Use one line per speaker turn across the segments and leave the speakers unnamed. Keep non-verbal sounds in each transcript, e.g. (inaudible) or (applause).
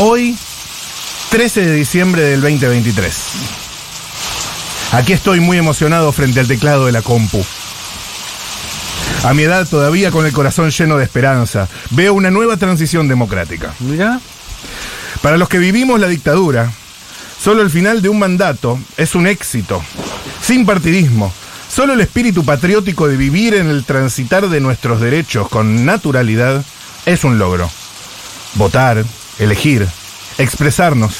Hoy, 13 de diciembre del 2023. Aquí estoy muy emocionado frente al teclado de la compu. A mi edad todavía con el corazón lleno de esperanza, veo una nueva transición democrática.
Mira,
Para los que vivimos la dictadura, solo el final de un mandato es un éxito, sin partidismo. Solo el espíritu patriótico de vivir en el transitar de nuestros derechos con naturalidad es un logro. Votar, elegir, expresarnos.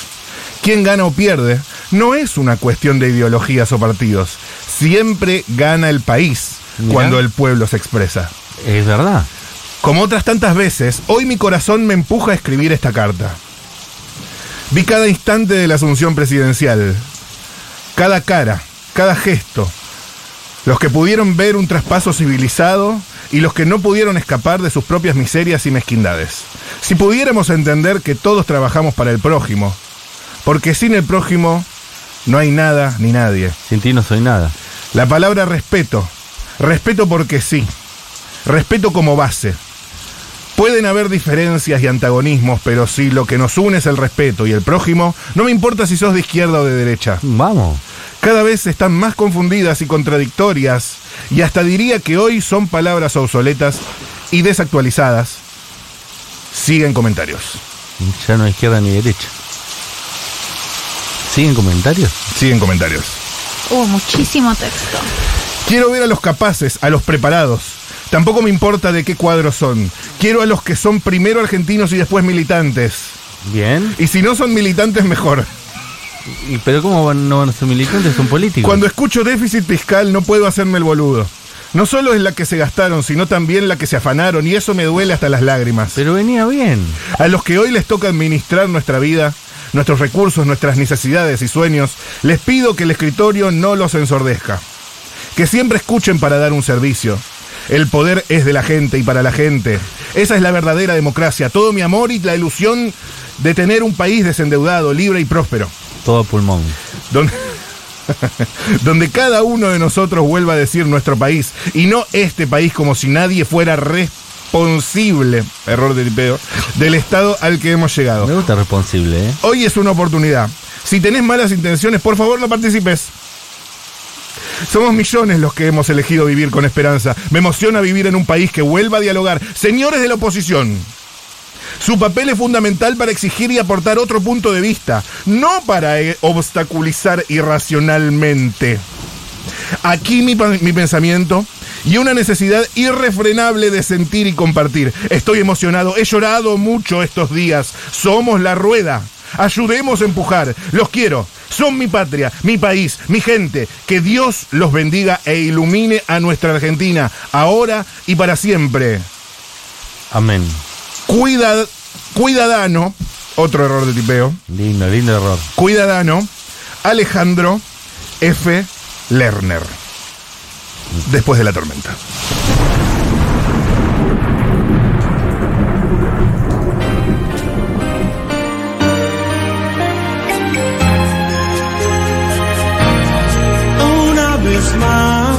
Quién gana o pierde no es una cuestión de ideologías o partidos. Siempre gana el país
Mirá.
cuando el pueblo se expresa.
es verdad.
Como otras tantas veces, hoy mi corazón me empuja a escribir esta carta. Vi cada instante de la asunción presidencial, cada cara, cada gesto, los que pudieron ver un traspaso civilizado y los que no pudieron escapar de sus propias miserias y mezquindades. Si pudiéramos entender que todos trabajamos para el prójimo, porque sin el prójimo no hay nada ni nadie.
Sin ti no soy nada.
La palabra respeto. Respeto porque sí. Respeto como base. Pueden haber diferencias y antagonismos, pero si lo que nos une es el respeto y el prójimo, no me importa si sos de izquierda o de derecha.
Vamos.
Cada vez están más confundidas y contradictorias, y hasta diría que hoy son palabras obsoletas y desactualizadas. Siguen comentarios.
Ya no hay izquierda ni derecha. ¿Siguen comentarios?
Siguen comentarios.
Hubo Uh, muchísimo texto.
Quiero ver a los capaces, a los preparados. Tampoco me importa de qué cuadro son. Quiero a los que son primero argentinos y después militantes.
Bien.
Y si no son militantes, mejor.
¿Y, ¿Pero cómo van- no van a ser militantes? Son políticos.
Cuando escucho déficit fiscal no puedo hacerme el boludo. No solo es la que se gastaron, sino también la que se afanaron, y eso me duele hasta las lágrimas.
Pero venía bien.
A los que hoy les toca administrar nuestra vida, nuestros recursos, nuestras necesidades y sueños, les pido que el escritorio no los ensordezca. Que siempre escuchen para dar un servicio. El poder es de la gente y para la gente. Esa es la verdadera democracia. Todo mi amor y la ilusión de tener un país desendeudado, libre y próspero.
Todo a pulmón.
Donde, (laughs) donde cada uno de nosotros vuelva a decir nuestro país y no este país como si nadie fuera responsible, error de tipeo, del estado al que hemos
Me
llegado.
gusta responsable, ¿eh?
Hoy es una oportunidad. Si tenés malas intenciones, por favor no participes. Somos millones los que hemos elegido vivir con esperanza. Me emociona vivir en un país que vuelva a dialogar. Señores de la oposición, su papel es fundamental para exigir y aportar otro punto de vista, no para eh, obstaculizar irracionalmente. Aquí mi, pa- mi pensamiento y una necesidad irrefrenable de sentir y compartir. Estoy emocionado, he llorado mucho estos días. Somos la rueda. Ayudemos a empujar. Los quiero. Son mi patria, mi país, mi gente. Que Dios los bendiga e ilumine a nuestra Argentina, ahora y para siempre.
Amén.
Cuida, cuidadano, otro error de tipeo,
Lindo, lindo error.
cuidadano, Alejandro F. Lerner. Después de la tormenta.
Una vez más,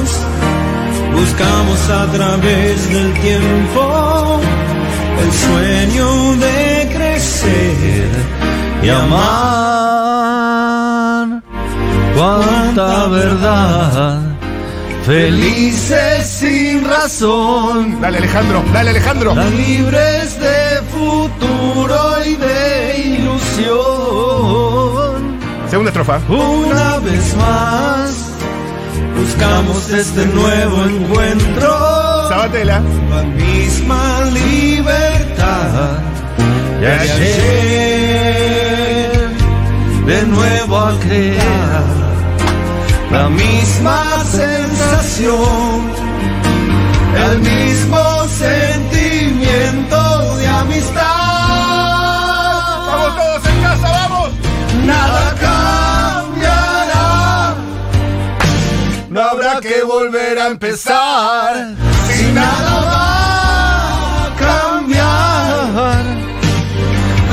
buscamos a través del tiempo el sueño de crecer y amar.
Amar, cuánta verdad. Felices sin razón.
Dale Alejandro, dale Alejandro.
Libres de futuro y de ilusión.
Segunda estrofa.
Una vez más, buscamos este nuevo encuentro,
Sabatella.
la misma libertad.
Y ayer de nuevo a crear
la misma sensación, el mismo sentimiento de amistad.
Vamos todos en casa, vamos.
Nada cambiará,
No habrá que volver a empezar.
si nada va a cambiar.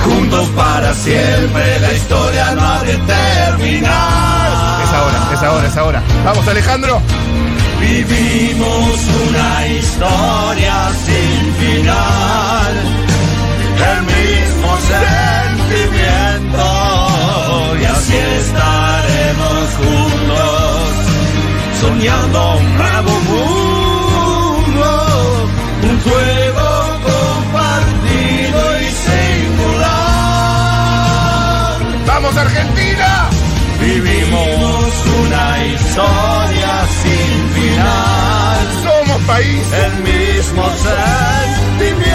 Juntos para siempre la historia no ha de terminar.
Es ahora, es ahora, es ahora. Vamos Alejandro.
Vivimos una historia sin final, el mismo sentimiento. historia sin final.
Somos país.
El mismo sentimiento.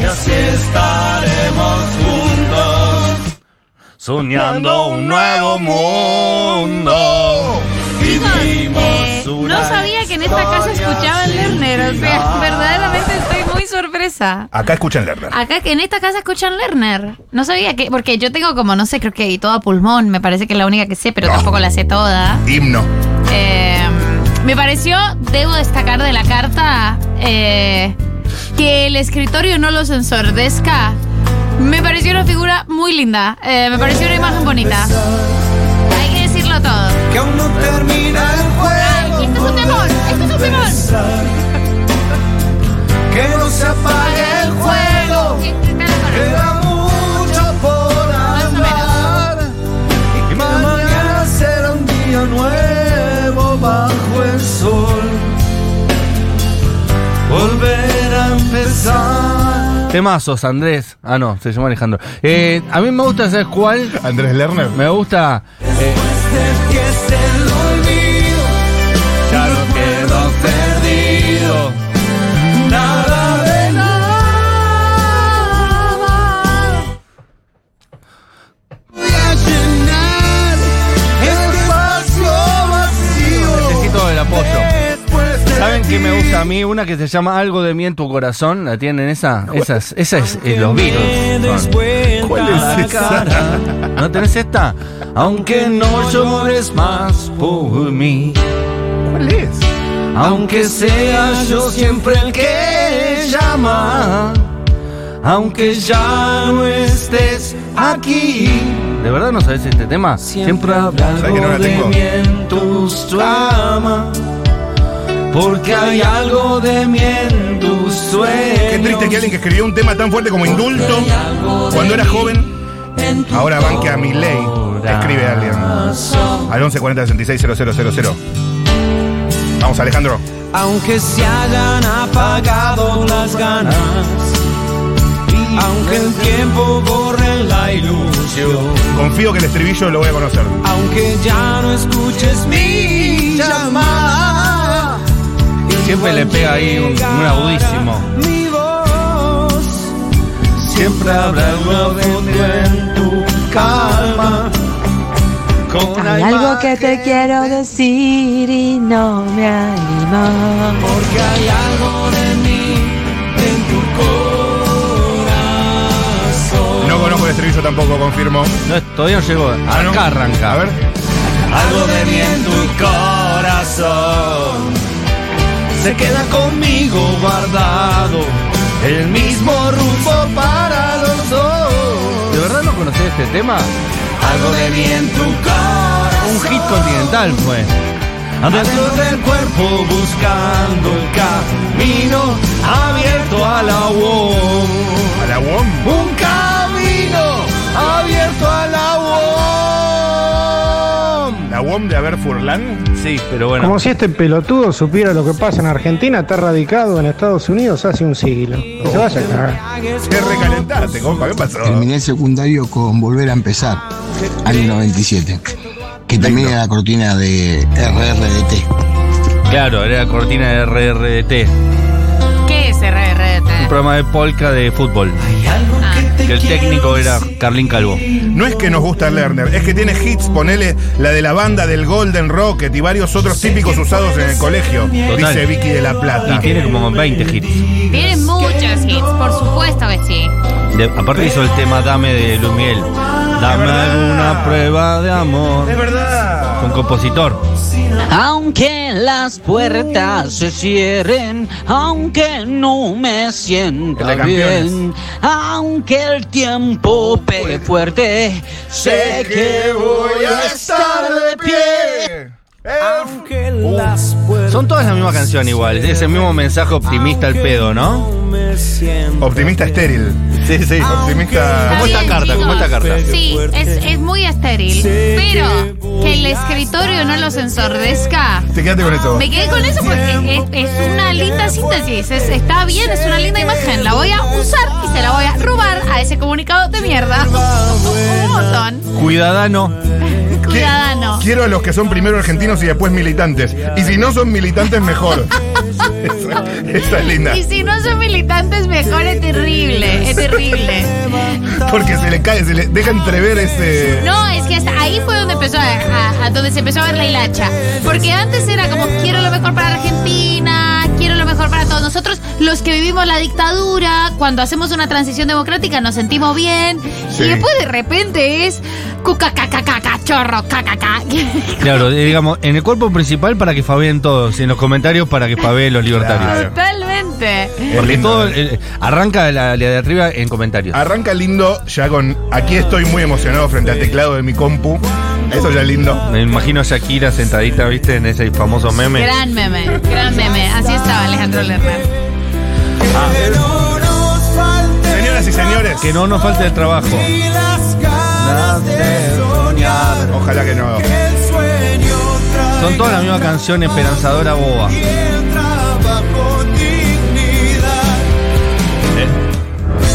Y así estaremos juntos. Soñando un nuevo mundo. Vivimos una
Eh, No sabía que en esta casa
historia
escuchaban
sin
Lerner, o sea,
final.
verdaderamente estoy muy sorpresa.
Acá escuchan Lerner.
Acá en esta casa escuchan Lerner. No sabía que, porque yo tengo como, no sé, creo que todo a pulmón, me parece que es la única que sé, pero
No.
tampoco la sé toda.
Himno.
Eh, me pareció, debo destacar de la carta, eh, que el escritorio no los ensordezca. Me pareció una figura muy linda, eh, me pareció una imagen bonita. Hay que decirlo todo.
Que aún no termina el (laughs) juego.
Ay, esto es un temor, esto es un temor.
Que no se apague el juego. Queda mucho por
o menos.
andar. Y mañana será un día nuevo bajo el sol. Volver a empezar.
Temazos, Andrés. Ah, no, se llama Alejandro. Eh, a mí me gusta, ¿sabes cuál?
Andrés Lerner.
Me gusta. eh,
Desde que es el olvido, ya no quedó perdido. Nada de nada. Voy a llenar el espacio vacío.
necesito el apoyo.
Después de
¿Saben qué me
ti.
gusta a mí? Una que se llama Algo de mí en tu corazón. ¿La tienen esa? Esas, esa es eh, los
Me des
Beatles.
vuelta
¿Cuál es
la
esa?
cara,
¿No tenés esta?
Aunque no llores más por mí.
¿Cuál es?
Aunque sea yo siempre el que llama, aunque ya no estés aquí,
¿De verdad no sabes este tema?
siempre
Siempre
habrá
¿Sabes que
algo
no la
de
tengo?
mí en tus tramas, porque hay algo de mí en tus sueños.
Qué triste que alguien que escribió un tema tan fuerte como indulto cuando era joven,
en tu
ahora banque a mi ley. Escribe alguien.
corazón.
Al 1140 66 000. Vamos, Alejandro.
Aunque se hayan apagado las ganas, aunque el tiempo borre la ilusión,
Confío que el estribillo lo voy a conocer.
aunque ya no escuches mi llamada,
Siempre le pega ahí un- un agudísimo.
Mi voz, siempre habrá algo de ti en tu calma. Con
Hay algo que te quiero decir y no me animo.
Porque hay algo de mí en tu corazón.
No conozco el estribillo tampoco, confirmo.
No, todavía no llegó.
Ah, ¿no?
Arranca, arranca.
A ver.
Algo de mí en tu corazón se queda conmigo guardado. El mismo rumbo para los
¿De
dos.
verdad no conocés este tema?
Algo de mí en tu corazón.
Un hit continental fue.
Adentro del cuerpo buscando el camino abierto a la voz.
A la WOM.
Un camino abierto a la voz.
La WOM de Haber Furlan.
Sí, pero bueno.
Como si este pelotudo supiera lo que pasa en Argentina, está radicado en Estados Unidos hace un siglo. Que se vaya a cagar.
Qué recalentaste, compa. ¿Qué pasó?
Terminé el secundario con Volver a empezar, año 97, que también era la cortina de RRDT.
Claro, era la cortina de RRDT.
¿Qué es
Un
RRT?
programa de polka de fútbol. Que el técnico era Carlín Calvo.
No es que nos gusta Lerner, es que tiene hits, ponele la de la banda del Golden Rocket y varios otros típicos usados en el colegio, dice Vicky de la
Y
Plata.
tiene como 20 hits.
Tienen muchos hits, por supuesto que sí.
De- aparte hizo el tema Dame de Luis Miguel. Dame alguna prueba de amor. Es verdad. Con compositor.
Aunque las puertas se cierren, aunque no me sienta
Canta
bien, aunque el tiempo pegue fuerte, sé que voy a estar de pie.
Aunque las puertas
Son todas la misma canción igual. Es el mismo mensaje optimista al pedo,
¿Ah?
¿no?
me siento
Optimista estéril. Ah,
Sí, sí.
Optimista.
Está
¿Cómo esta
bien,
carta? ¿Cómo
chicos.
esta carta?
Sí, es, es muy estéril. Pero que el escritorio no los ensordezca.
Te quedaste con esto. vos.
Me quedé con eso porque es, es una linda síntesis. es- está bien, es una linda imagen. La voy a usar y se la voy a robar a ese comunicado de mierda. Un montón.
Cuidadano.
ciudadano.
Quiero a los que son primero argentinos y después militantes. Y si no son
(laughs)
militantes, mejor. esa, esa es linda.
Y si no son militantes, mejor es terrible, es terrible.
Porque se le cae, se le deja entrever ese.
No, es que hasta ahí fue donde empezó a, a- a donde se empezó a ver la hilacha. Porque antes era como quiero lo mejor para Argentina, quiero lo mejor para todos nosotros, los que vivimos la dictadura, cuando hacemos una transición democrática nos sentimos bien.
Sí.
Y después de repente es cuca caca caca chorro caca caca.
Claro, eh, digamos, en el cuerpo principal para que fabeen todos, y en los comentarios para que fabeen los libertarios.
Claro.
Totalmente.
Porque
lindo,
todo
¿eh?
eh, arranca la, la de arriba en comentarios.
Arranca lindo ya con. Aquí estoy muy emocionado frente al teclado de mi compu. Eso ya es lindo.
Me imagino a Shakira sentadita, viste, en ese famoso meme.
Gran meme, gran meme. Así estaba Alejandro Lerner.
Señoras y señores,
Que no nos falte el trabajo.
ojalá que no.
Son todas la misma canción esperanzadora boba.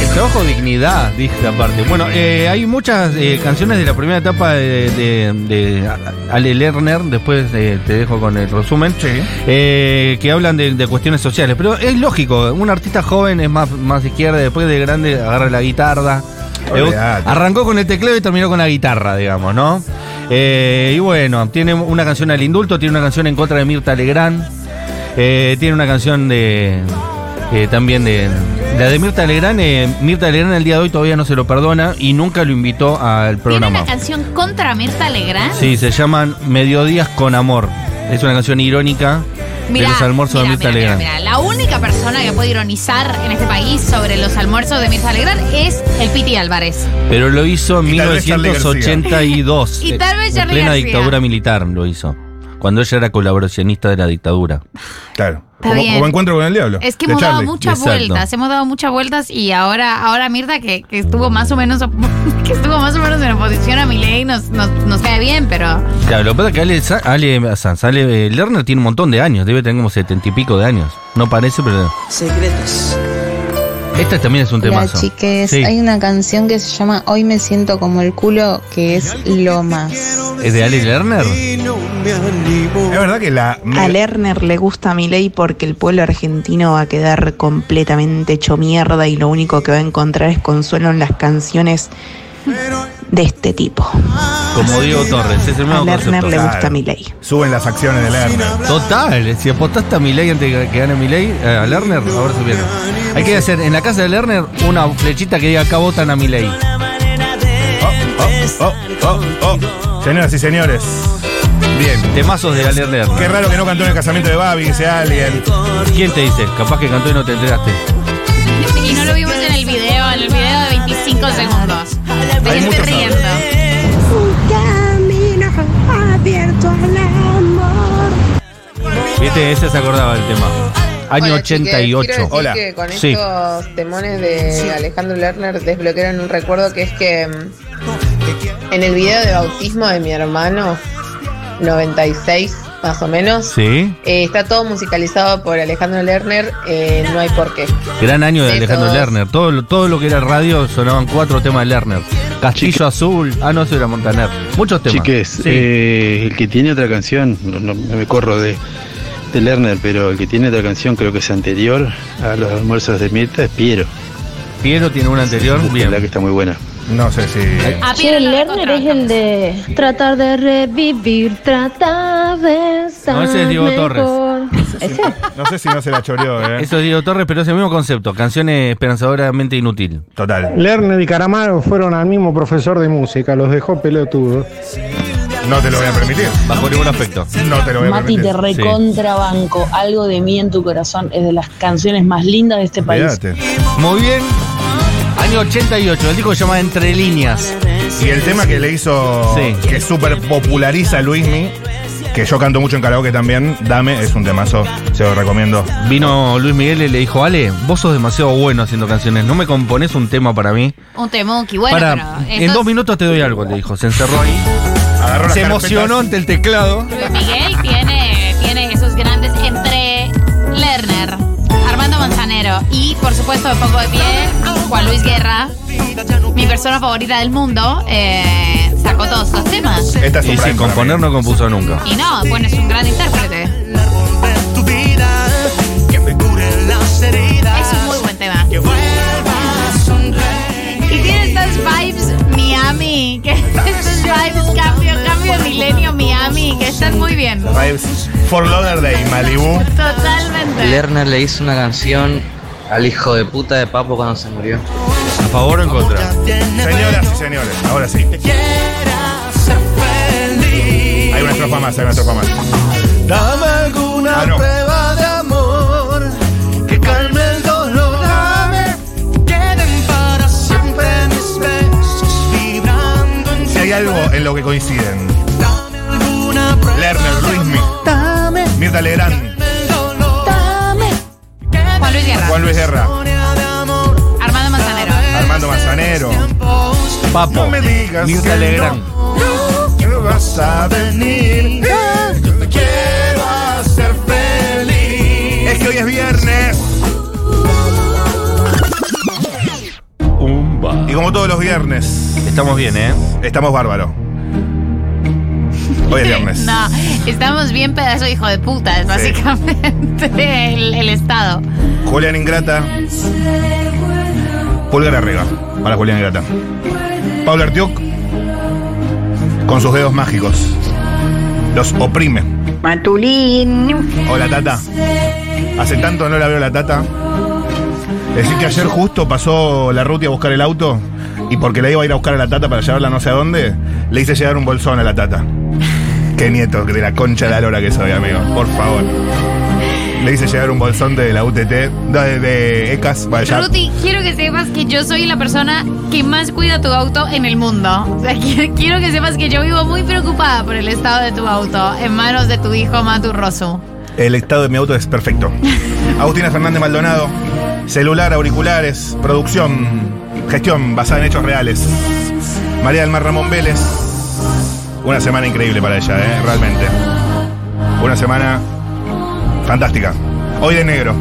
El trabajo dignidad, dice aparte. Bueno, eh, hay muchas eh, canciones de la primera etapa de, de- de Ale Lerner, después eh, te dejo con el resumen, eh, que hablan de, de cuestiones sociales. Pero es lógico, un artista joven es más, más izquierda, después de grande agarra la guitarra. Le gusta-
Olvidate.
Arrancó con el teclado y terminó con la guitarra, digamos, ¿no? Eh, y bueno, tiene una canción al indulto, tiene una canción en contra de Mirta Legrand, eh, tiene una canción de eh, también de la de Mirta Legrand. eh, Mirta Legrand el día de hoy todavía no se lo perdona y nunca lo invitó al
Tiene una
programa.
canción contra Mirta Legrand.
Sí, se llaman Mediodías con Amor. Es una canción irónica
Mirá,
de los almuerzos
mirá,
de Mirta
mirá,
Legrand.
mirá, mirá. La única persona que puede ironizar en este país sobre los almuerzos de Mirta Legrand es el Piti Álvarez.
Pero lo hizo en
Y tal vez Charly García.
1982.
Y tal vez
Eh, En
Charly
plena
García.
dictadura militar lo hizo. Cuando ella era colaboracionista de la dictadura.
Claro.
Está
Como,
bien.
como encuentro con el diablo.
Es que
de
hemos
Charlie.
dado muchas
exacto.
vueltas, hemos dado muchas vueltas y ahora, ahora Mirta que, que estuvo más o menos (laughs) que estuvo más o menos en oposición a mi ley nos, nos, nos cae bien, pero
Claro, lo que pasa es que Ale, Sa- Ale Sanz, Ale, eh, Lerner tiene un montón de años, debe tener como setenta y pico de años. No parece, pero.
Secretos.
Este también es un
Hola
temazo.
chiques,
Sí,
hay una canción que se llama Hoy me siento como el culo, que es lo más.
¿Es de Ale Lerner?
Es verdad que la.
A Lerner le gusta mi ley porque el pueblo argentino va a quedar completamente hecho mierda y lo único que va a encontrar es consuelo en las canciones de este tipo.
Como Diego Torres, es el
A
mismo
Lerner
concepto.
le gusta
Claro.
mi ley.
Suben las acciones de Lerner.
Total, eh, si apostaste a Milei antes de que gane Milei, eh, a Lerner, ahora subieron. Hay que hacer en la casa de Lerner una flechita que diga acá votan a Milei.
Oh, oh, oh, oh. Señoras y señores. Bien.
Temazos de Ale
Qué
Lerner.
raro que no cantó en el casamiento de Babi, que sea alguien.
¿Quién te dice? Capaz que cantó y no te enteraste.
y no lo vimos en el video, en el video de 25 segundos. De
Hay
gente
muchos
riendo.
Viste, ese se acordaba del tema. Año
Hola, chiques. Quiero
88.
decir
Hola.
que con
Sí.
estos temones de Alejandro Lerner desbloquearon un recuerdo que es que mm, en el video de bautismo de mi hermano, 96 más o menos,
Sí.
eh, está todo musicalizado por Alejandro Lerner, eh, no hay por qué.
Gran año de
Sí,
Alejandro
todos.
Lerner. Todo, lo- todo lo que era radio sonaban cuatro temas de Lerner. Castillo Azul. Ah, no, eso era Montaner. Muchos temas.
Chiques,
Sí.
eh, el que tiene otra canción, no, no me corro de, de Lerner, pero el que tiene otra canción creo que es anterior a los almuerzos de Mirta es Piero.
Piero tiene una anterior.
La verdad que
Bien.
está muy buena.
No sé si.
A Piero no lo encontramos.
de tratar de revivir, tratar de estar
No, ese es Diego Torres.
No sé si no se la choreó, ¿eh?
Eso es Diego Torres, pero es el mismo concepto. Canciones esperanzadoramente inútil.
Total.
Lerner y Caramaro fueron al mismo profesor de música, los dejó pelotudos.
No te lo voy a permitir.
Bajo ningún aspecto.
No te lo voy a
Mati, te
permitir.
recontrabanco. Algo de mí en tu corazón es de las canciones más lindas de este país.
Olvídate.
Muy bien. Año 88. El disco se llama Entre Líneas.
Y el tema que le hizo.
Sí.
Que súper populariza a Luismi. Que yo canto mucho en karaoke también. Dame, es un temazo. Se lo recomiendo.
Vino Luis Miguel y le dijo, Ale, vos sos demasiado bueno haciendo canciones. No me componés un tema para mí.
Un temuki, bueno,
para,
pero
en dos
entonces-
minutos te doy algo, le dijo. Se encerró ahí.
Agarró las
Se emocionó
carpetas.
ante el teclado.
Luis Miguel tiene, tiene esos grandes entre Lerner, Armando Manzanero y, por supuesto, de poco de pie, Juan Luis Guerra, mi persona favorita del mundo. eh, sacó todos esos temas.
Esta es
Y
un
sin
prime para
componer no compuso nunca.
Y no, bueno, es un gran intérprete.
tu vida, que me curen las heridas.
Es un muy buen tema.
Que vuelva a sonreír.
Y tiene estas vibes Miami, que (laughs) estas vibes cambio, cambio de milenio Miami, que están muy bien.
Vibes For Lauderdale, Malibu.
Totalmente.
Lerner le hizo una canción al hijo de puta de Papo cuando se murió.
¿A favor o en contra?
Señoras y señores, ahora sí. Hay una estrofa más, hay una estrofa más.
Dame alguna
Ah, no.
prueba de amor que calme el dolor.
Dame, queden para siempre mis besos vibrando en
Si hay
tu
algo en lo que coinciden.
alguna prueba
Lerner, Luismi,
Dame,
Mirta Legrand,
el dolor. Dame,
Juan Luis Guerra.
Juan Ah, Luis Guerra,
Armando Manzanero.
Armando
este
Manzanero.
Papo.
No me digas
Mirta
que
Legrand.
no, que vas a venir. Yo te quiero hacer feliz. Es que hoy es viernes. Y como todos los viernes.
Estamos bien, ¿eh?
Estamos bárbaro. Hoy
(laughs)
es viernes.
No, estamos bien pedazo de hijo de puta, es básicamente (laughs) el, el estado.
Julián Ingrata. Pulgar arriba. Para Julián Ingrata. Pablo Artiuk. Con sus dedos mágicos. Los oprime.
Matulín.
Hola Tata. Hace tanto no la veo la Tata. Decir que ayer justo pasó la Ruti a buscar el auto y porque la iba a ir a buscar a la Tata para llevarla no sé a dónde, le hice llegar un bolsón a la Tata. Qué nieto de la concha de la lora que soy, amigo. Por favor. Le hice llegar un bolsón de la UTT, de, de ECAS, vaya.
Ruti, quiero que sepas que yo soy la persona que más cuida tu auto en el mundo. O sea, (laughs) qui- quiero que sepas que yo vivo muy preocupada por el estado de tu auto en manos de tu hijo Matu Rosu.
El estado de mi auto es perfecto. Agustina Fernández Maldonado, celular, auriculares, producción, gestión basada en hechos reales. María del Mar Ramón Vélez. Una semana increíble para ella, ¿eh? realmente. Una semana fantástica. Hoy de negro.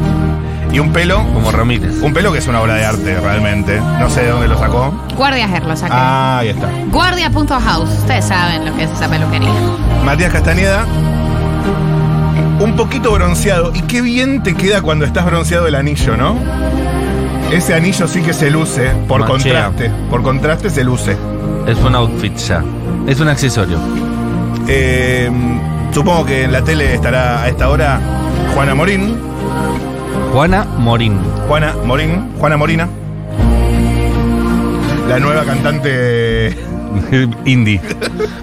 Y un pelo.
Como Ramírez.
Un pelo que es una obra de arte, realmente. No sé de dónde lo sacó.
Guardia Hair lo saqué.
Ah, ahí está.
Guardia.house. Ustedes saben lo que es esa peluquería.
Pues, Matías Castañeda. Un poquito bronceado. Y qué bien te queda cuando estás bronceado el anillo, ¿no? Ese anillo sí que se luce, por
Machea.
contraste. Por contraste se luce.
Es un outfit ya. Es un accesorio.
Eh, supongo que en la tele estará a esta hora Juana Morín.
Juana Morín.
Juana Morín. Juana Morina. La nueva cantante.
Indie.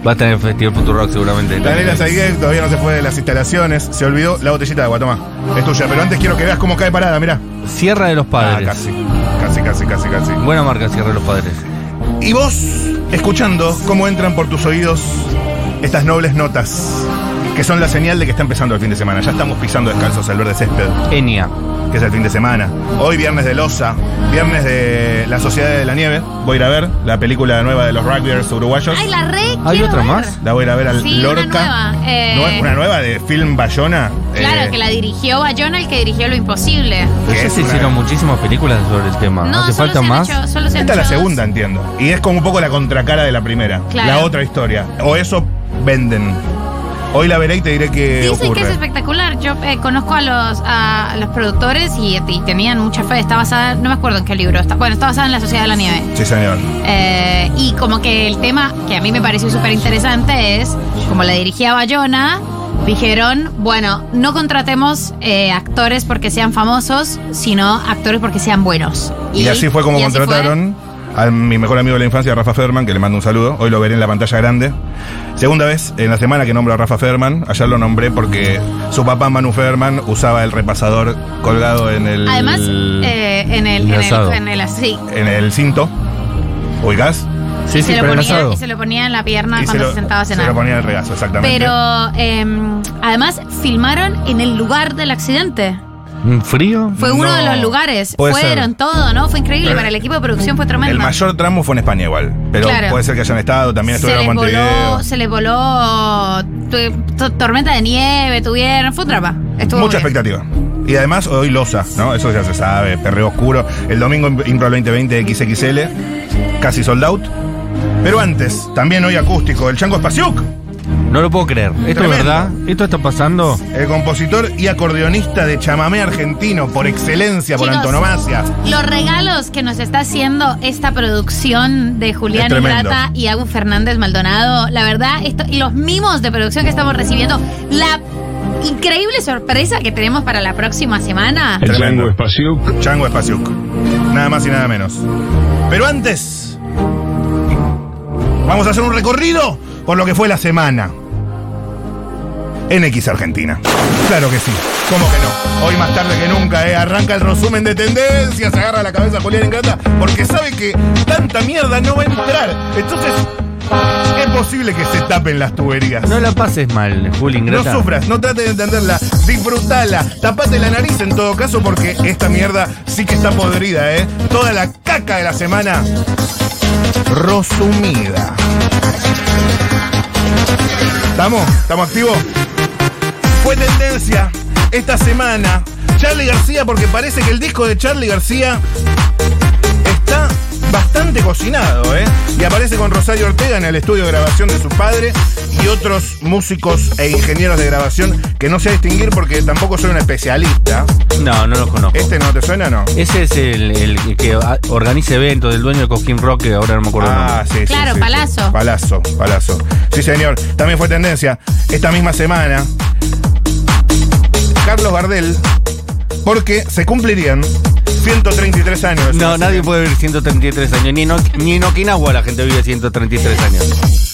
Va a estar en el Festival Futuro Rock seguramente.
Daniela Saiguer todavía no se fue de las instalaciones. Se olvidó la botellita de agua, toma. Es tuya, pero antes quiero que veas cómo cae parada, mirá.
Sierra de los Padres.
Ah, casi. Casi, casi, casi, casi.
Buena marca Sierra de los Padres.
Y vos, escuchando cómo entran por tus oídos estas nobles notas, que son la señal de que está empezando el fin de semana. Ya estamos pisando descalzos el verde césped,
Enia.
que es el fin de semana. Hoy viernes de Loza, viernes de La Sociedad de la Nieve. Voy a ir a ver la película nueva de los rugbyers uruguayos.
Ay, la re.
¿Hay
quiero
otra
ver.
más?
La voy a ir a ver al
Sí,
Lorca.
una nueva. eh,
Nue- una nueva de film Bayona.
Claro,
eh,
que la dirigió Bayona, el que dirigió Lo Imposible.
Pero
Que
ya
es
se
una-
hicieron muchísimas películas sobre el tema.
No,
¿Hace
solo
falta
se han
más?
hecho- solo se han
Esta es
hecho
la
dos.
segunda, entiendo. Y es como un poco la contracara de la primera.
Claro.
La otra historia. O eso venden. Hoy la veré y te diré qué
Dicen
ocurre.
que es espectacular. Yo eh, conozco a los, a los productores y, y tenían mucha fe. Está basada, no me acuerdo en qué libro. Está, bueno, está basada en La Sociedad de la Nieve.
Sí, señor.
Eh, y como que el tema que a mí me pareció súper interesante es, como la dirigía Bayona, dijeron, bueno, no contratemos eh, actores porque sean famosos, sino actores porque sean buenos.
Y, así fue como
y así fue.
contrataron a mi mejor amigo de la infancia, Rafa Ferman, que le mando un saludo. Hoy lo veré en la pantalla grande. Segunda vez en la semana que nombro a Rafa Ferman. Ayer lo nombré porque su papá, Manu Ferman, usaba el repasador colgado en el.
Además, eh, en el, en el,
Enlazado.
en el así.
en el cinto. ¿Ubicás?
Y se, lo ponía, y se lo ponía en la pierna
Y
Ah, cuando se, sentaba a
se
cenar.
lo ponía en el regazo, exactamente.
Pero em, además filmaron en el lugar del accidente.
¿Un frío?
Fue uno
No,
de los lugares.
puede ser.
Fueron todo, ¿no? Fue increíble. Para el equipo de producción fue tremendo.
El mayor tramo fue en España igual. Pero
Claro.
puede ser que hayan estado, también
se
estuvieron
les
en Montevideo.
voló, se les voló tu- to- tormenta de nieve, tuvieron, fue un trapa. Estuvo
Mucha
muy bien.
expectativa. Y además hoy Loza, ¿no? Eso ya se sabe, perreo oscuro. El domingo Impro 2020 XXL, casi sold out. Pero antes, también hoy acústico, el Chango Spasiuk.
No lo puedo creer. Esto es
Tremendo.
verdad. Esto está pasando.
El compositor y acordeonista de chamamé argentino por excelencia, por
Chicos.
antonomasia.
Los regalos que nos está haciendo esta producción de Julián
Es tremendo.
Plata y Agus Fernández Maldonado, la verdad, esto, y los mimos de producción que estamos recibiendo, la increíble sorpresa que tenemos para la próxima semana.
El Chango Espasiuk. Chango Espasiuk. Nada más y nada menos. Pero antes, vamos a hacer un recorrido por lo que fue la semana. En X Argentina. Claro que sí. ¿Cómo que no? Hoy más tarde que nunca, ¿eh? Arranca el resumen de tendencias, agarra la cabeza Julián Ingrata, porque sabe que tanta mierda no va a entrar. Entonces, es posible que se tapen las tuberías.
No la pases mal, Juli
No
Ingrata.
sufras, no trates de entenderla, disfrutala, tapate la nariz en todo caso porque esta mierda sí que está podrida, ¿eh? Toda la caca de la semana resumida. ¿Estamos? ¿Estamos activos? Fue tendencia esta semana Charlie García porque parece que el disco de Charlie García está bastante cocinado, ¿eh? Y aparece con Rosario Ortega en el estudio de grabación de su padre y otros músicos e ingenieros de grabación que no sé distinguir porque tampoco soy un especialista.
No, no los conozco.
¿Este no te suena o no?
Ese es el, el que ah, organiza eventos, del dueño de Cosquín Rock, que ahora no me acuerdo.
Ah, sí, sí,
Claro,
sí, sí.
Palazzo.
Palazzo, Palazzo. Sí, señor. También fue tendencia esta misma semana. Carlos Gardel, porque se cumplirían 133 años. de su
No, nadie puede vivir 133 años. Ni, no, ni en Okinawa la gente vive 133 años.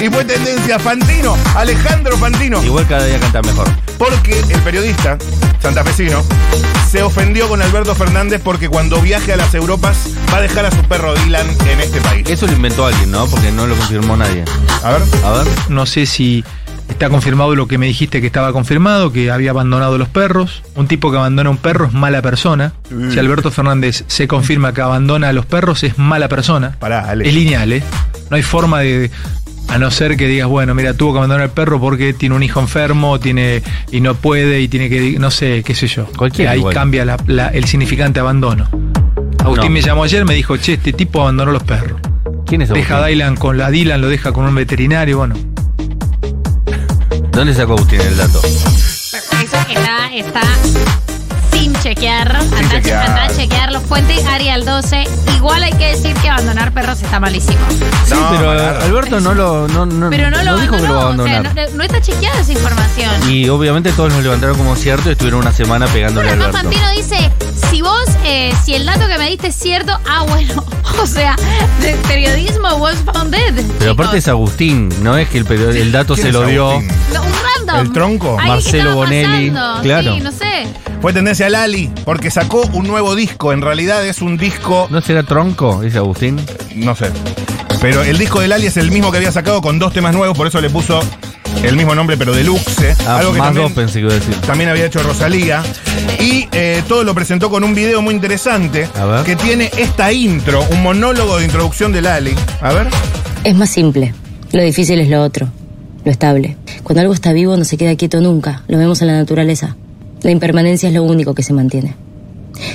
Y fue tendencia Fantino, Alejandro Fantino.
Igual cada día canta mejor.
Porque el periodista santafesino se ofendió con Alberto Fernández porque cuando viaje a las Europas va a dejar a su perro Dylan en este país.
Eso lo inventó alguien, ¿no? Porque no lo confirmó nadie.
A ver.
A ver.
No sé si está confirmado lo que me dijiste que estaba confirmado, que había abandonado los perros. Un tipo que abandona a un perro es mala persona. Si Alberto Fernández se confirma que abandona a los perros, es mala persona.
Pará, Ale.
Es lineal, ¿eh? No hay forma de. A no ser que digas, bueno, mira, tuvo que abandonar al perro porque tiene un hijo enfermo, tiene y no puede y tiene que, no sé, qué sé yo.
Cualquiera
Ahí
igual.
cambia la- la- el significante abandono. Agustín
No.
me llamó ayer, me dijo, che, este tipo abandonó los perros.
¿Quién es
Deja a
Agustín?
Dylan con la Dylan, lo deja con un veterinario, bueno.
¿Dónde sacó Agustín el dato?
Eso está, está sin chequear. Andá,
chequear.
andá a chequear los puentes Arial 12. Igual hay que decir que abandonar perros está malísimo.
Sí,
No,
pero
Malardo.
Alberto no lo. No, no,
Pero no, lo
Em, dijo que lo va a
abandonó. o sea,
abandonar.
no, no está chequeada esa información.
Y obviamente todos nos levantaron como cierto y estuvieron una semana pegándole a
Bueno, además
Alberto.
Fantino dice, si vos, eh, si el dato que me diste es cierto, ah, bueno, (laughs) o sea, de periodismo was founded.
Pero aparte es Agustín, no es que el, perio- el dato
¿Quién
se
es
lo dio.
Agustín?
No, un random.
¿El tronco?
Alguien que
Marcelo
estaba
Bonelli,
pasando,
claro.
Sí, no sé.
Fue tendencia Lali porque sacó un nuevo disco. En realidad es un disco,
¿No será tronco? Dice Agustín.
no sé. Pero el disco de Lali es el mismo que había sacado con dos temas nuevos, por eso le puso el mismo nombre, pero deluxe.
Ah,
algo que
más
también-
dos pensé que iba a decir.
también había hecho Rosalía. Y eh, todo lo presentó con un video muy interesante
A ver.
que tiene esta intro, un monólogo de introducción de Lali. A ver.
Es más simple. Lo difícil es lo otro, lo estable. Cuando algo está vivo no se queda quieto nunca. Lo vemos en la naturaleza. La impermanencia es lo único que se mantiene.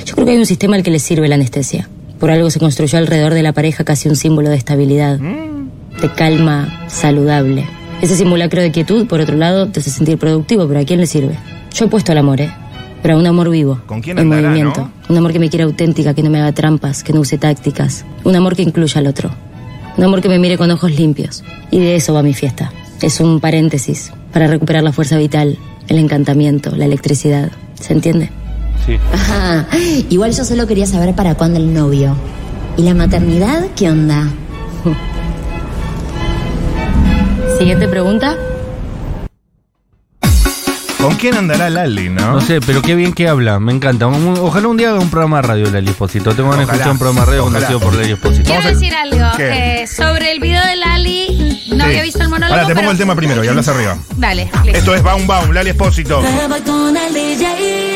Yo creo que hay un sistema al que le sirve la anestesia. Por algo se construyó alrededor de la pareja casi un símbolo de estabilidad, de calma saludable. Ese simulacro de quietud, por otro lado, te hace sentir productivo, pero ¿a quién le sirve? Yo he puesto al amor, ¿eh? Pero a un amor vivo.
¿Con quién
en
andará,
movimiento.
no?
Un amor que me quiera auténtica, que no me haga trampas, que no use tácticas. Un amor que incluya al otro. Un amor que me mire con ojos limpios. Y de eso va mi fiesta. Es un paréntesis para recuperar la fuerza vital, el encantamiento, la electricidad. ¿Se entiende?
Sí.
Ajá. Igual yo solo quería saber para cuándo el novio. ¿Y la maternidad qué
(laughs)
onda?
Siguiente pregunta.
¿Con quién andará Lali, no?
No sé, pero qué bien que habla, me encanta. Un- Ojalá un día haga un programa de radio Lali Espósito. Te van a
Ojalá.
escuchar un programa de radio
Ojalá.
conducido por Lali Espósito.
Quiero decir algo
¿Qué?
eh, sobre el video de Lali. No
Sí.
había visto el monólogo.
Ahora te pongo
pero-
el tema primero y hablas arriba.
Dale, listo.
Esto es Baum Baum, Lali Espósito.
Beba con el DJ,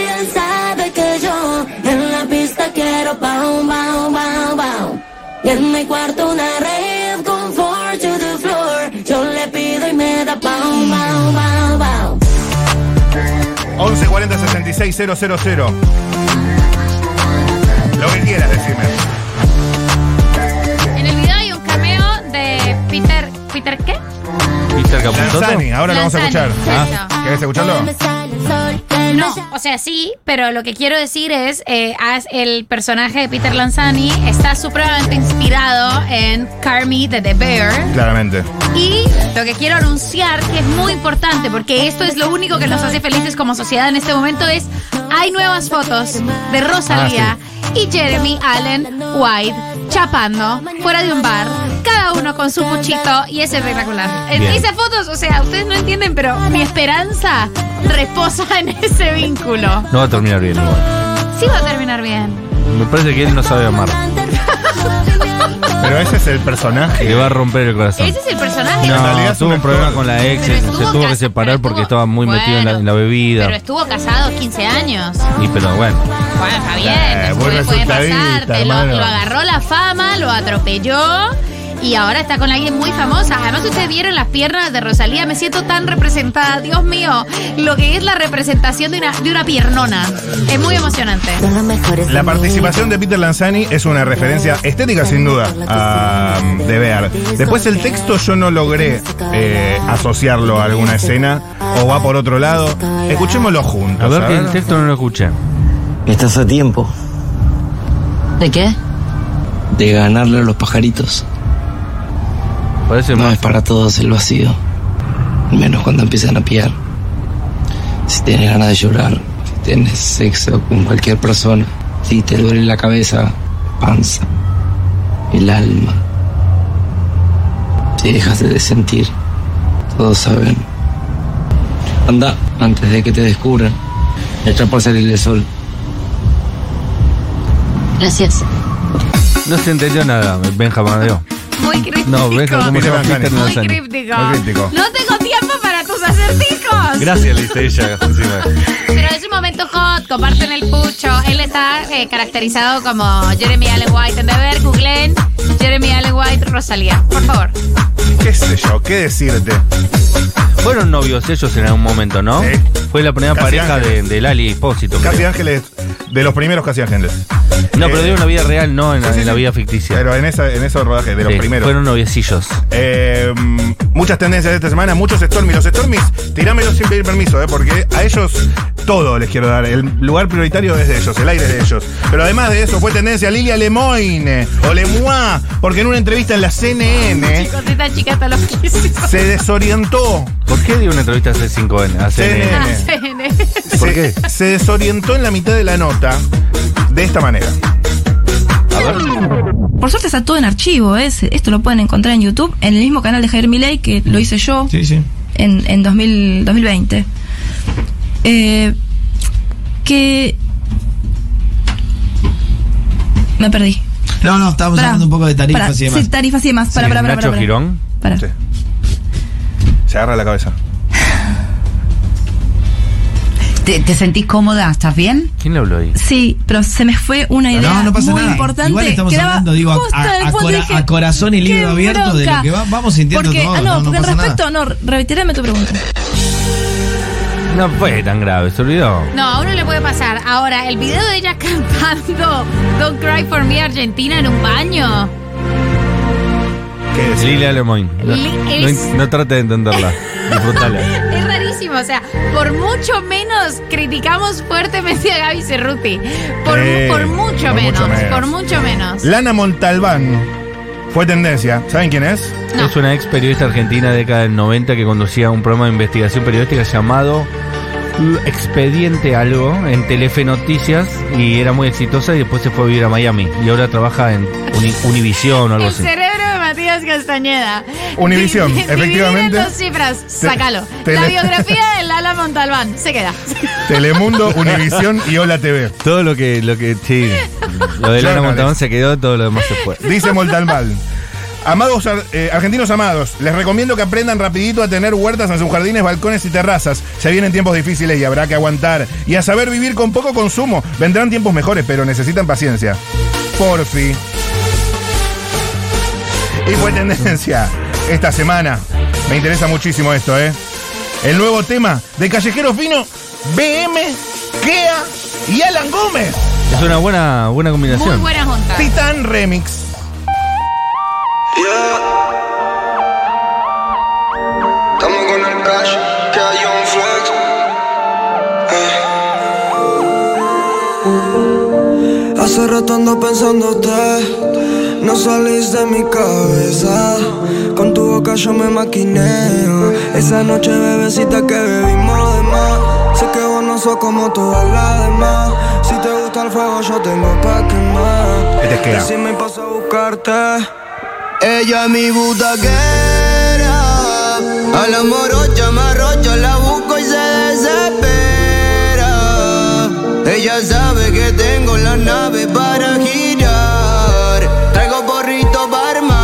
él sabe que yo en la pista quiero pau, pau, pau, pau. Y en mi cuarto una rave con four to the floor. Yo le pido y me da pau, pau, pau, pau.
11 40 66 000. Lo que quieras, decime. Este.
En el video hay un cameo de Peter, ¿qué?
Peter Capusotto.
Lanzani, ahora lo vamos a escuchar.
Lanzani, sí, Eh,
Ah, ¿Querés escucharlo?
No, o sea, sí, pero lo que quiero decir es, eh, as- el personaje de Peter Lanzani está supremamente inspirado en Carmi de The Bear.
Claramente.
Y lo que quiero anunciar, que es muy importante, porque esto es lo único que nos hace felices como sociedad en este momento, es hay nuevas fotos de Rosalía
Ah,
y Jeremy Allen White chapando fuera de un bar, cada uno con su puchito, y es espectacular. Eh,
Bien.
Esas fotos, o sea, ustedes no entienden, pero mi esperanza reposa en ese vínculo.
No va a terminar bien igual.
Sí va a terminar bien.
Me parece que él no sabe amar.
Pero ese es el personaje.
Le va a romper el corazón.
Ese es el personaje.
No, tuvo un
actor.
problema con la ex,
Pero
se,
estuvo
se tuvo
casa-
que separar porque estaba muy metido en la, en la bebida.
Pero estuvo casado 15 años.
y pero bueno,
Bueno, está bien,
Eh,
te
buen
puede- puede
resultadista,
pasar, te lo,
hermano.
lo agarró la fama, lo atropelló y ahora está con alguien muy famosa. Además, ustedes vieron las piernas de Rosalía, me siento tan representada, Dios mío, lo que es la representación de una, de una piernona. Es muy emocionante.
La participación de Peter Lanzani es una referencia estética sin duda a um, De Bear. Después el texto yo no logré eh, asociarlo a alguna escena o va por otro lado. Escuchémoslo juntos.
a ver que el texto no lo escuché.
Estás a tiempo
¿De qué?
de ganarle a los pajaritos. no es para todos el vacío, menos cuando empiezan a piar. Si tienes ganas de llorar, si tienes sexo con cualquier persona, si te duele la cabeza, panza, el alma, si dejas de sentir, todos saben. Anda antes de que te descubran. Está por salir el sol.
Gracias.
No se entendió nada, Benjamín. Mateo.
Muy críptico.
No, Benjamín, ¿cómo se llama?
Lanzani.
Peter
muy
Lanzani.
críptico.
Muy críptico.
No tengo tiempo para tus acertijos.
Gracias, dice ella. encima.
Pero es un momento hot, comparten el pucho. Él está eh, caracterizado como Jeremy Allen White en Deber, googleen Jeremy Allen White, Rosalía. Por favor.
¿Qué sé yo? ¿Qué decirte?
Fueron novios ellos en algún momento, ¿no? Fue la primera
Casi
pareja de,
ángeles.
de Lali Espósito. creo.
Casi Ángeles, de los primeros Casi Ángeles.
No, pero
Eh,
de una vida real, no en la,
sí, sí,
en la
sí.
vida ficticia.
Pero en, esa, en esos rodajes, de los
Sí,
primeros.
Fueron noviecillos.
Eh, muchas tendencias de esta semana, muchos Stormy. Los Stormies, tirámelos sin pedir permiso, eh, porque a ellos todo les quiero dar. El lugar prioritario es de ellos, el aire es de ellos. Pero además de eso, fue tendencia Lilia Lemoine o Lemoine, porque en una entrevista en la CNN
Chicos, esta chica está loquísima.
se desorientó.
¿Por qué dio una entrevista a C5N? A CNN?
CNN.
¿Por
se,
qué?
se desorientó en la mitad de la nota de esta manera.
Por suerte está todo en archivo, ¿ves? Esto lo pueden encontrar en YouTube, en el mismo canal de Javier Milei que lo hice yo
sí.
en, en 2000 2020. Eh, que... Me perdí.
No, no, estábamos
Pará,
hablando un poco de tarifas
pará,
y demás.
Sí, tarifas y demás. Para, para, para,
Nacho Girón.
Sí. Se agarra la cabeza.
¿Te, te sentís cómoda? ¿Estás bien?
¿Quién le habló ahí?
Sí, pero se me fue una idea
no pasa
muy
nada.
importante.
Igual estamos
Quedaba
hablando, digo, a,
justo
a-
en el
a
fondo y
cora-
dije,
a corazón y
qué
libro abierto de
bronca.
lo que va- vamos sintiendo
porque,
todos,
Ah,
no,
no,
no
porque
pasa
al
nada.
respecto, no, reiterame tu pregunta.
No fue tan grave, se olvidó.
No, a uno le puede pasar. Ahora, el video de ella (laughs) cantando Don't Cry for Me Argentina en un baño.
¿Qué es?
Lilia Lemoyne. No,
Li-
no in- no trate de
(laughs)
entenderla. Disfrutala.
Es rarísimo, o sea, por mucho menos criticamos fuertemente a Gaby Cerruti. Por, mu-
Sí,
por mucho,
por
menos,
mucho menos.
por mucho menos.
Lana Montalbán fue tendencia. ¿Saben quién es?
Es una ex periodista argentina de década del 90 que conducía un programa de investigación periodística llamado Expediente Algo en Telefe Noticias y era muy exitosa y después se fue a vivir a Miami y ahora trabaja en Uni- Univision o algo
El
así.
cerebro de Matías Castañeda.
Univisión,
Di- dividir en
efectivamente.
dos cifras, sácalo.
te-
La
(laughs)
biografía de Lala Montalbán, se queda.
Telemundo, Univisión y Hola TV.
Todo lo que, lo que, sí. Lo de
Yo
Lana
no
Montalbán
les-
se quedó, todo lo demás se fue.
Dice Montalbán. Amados ar- eh, argentinos amados, les recomiendo que aprendan rapidito a tener huertas en sus jardines, balcones y terrazas. Se vienen tiempos difíciles y habrá que aguantar. Y a saber vivir con poco consumo. Vendrán tiempos mejores, pero necesitan paciencia. Porfi. Y fue tendencia esta semana. Me interesa muchísimo esto, ¿eh? El nuevo tema de Callejero Fino, BM, Kea y Alan Gómez.
Es una buena, buena combinación.
buena
Ah.
junta.
Titan Remix.
Eh. Hace rato ando pensándote, no salís de mi cabeza. Con tu boca yo me maquineo. Esa noche, bebecita, que bebimos de más. Sé que vos no sos como todas las demás. Si te gusta el fuego, yo tengo pa' quemar.
Este es Kea.
Y si me paso a buscarte, ella es mi butaquera.
A la morocha, marrocha, la busco y se desespera. Ella sabe que tengo la nave para girar. Traigo porrito para armar.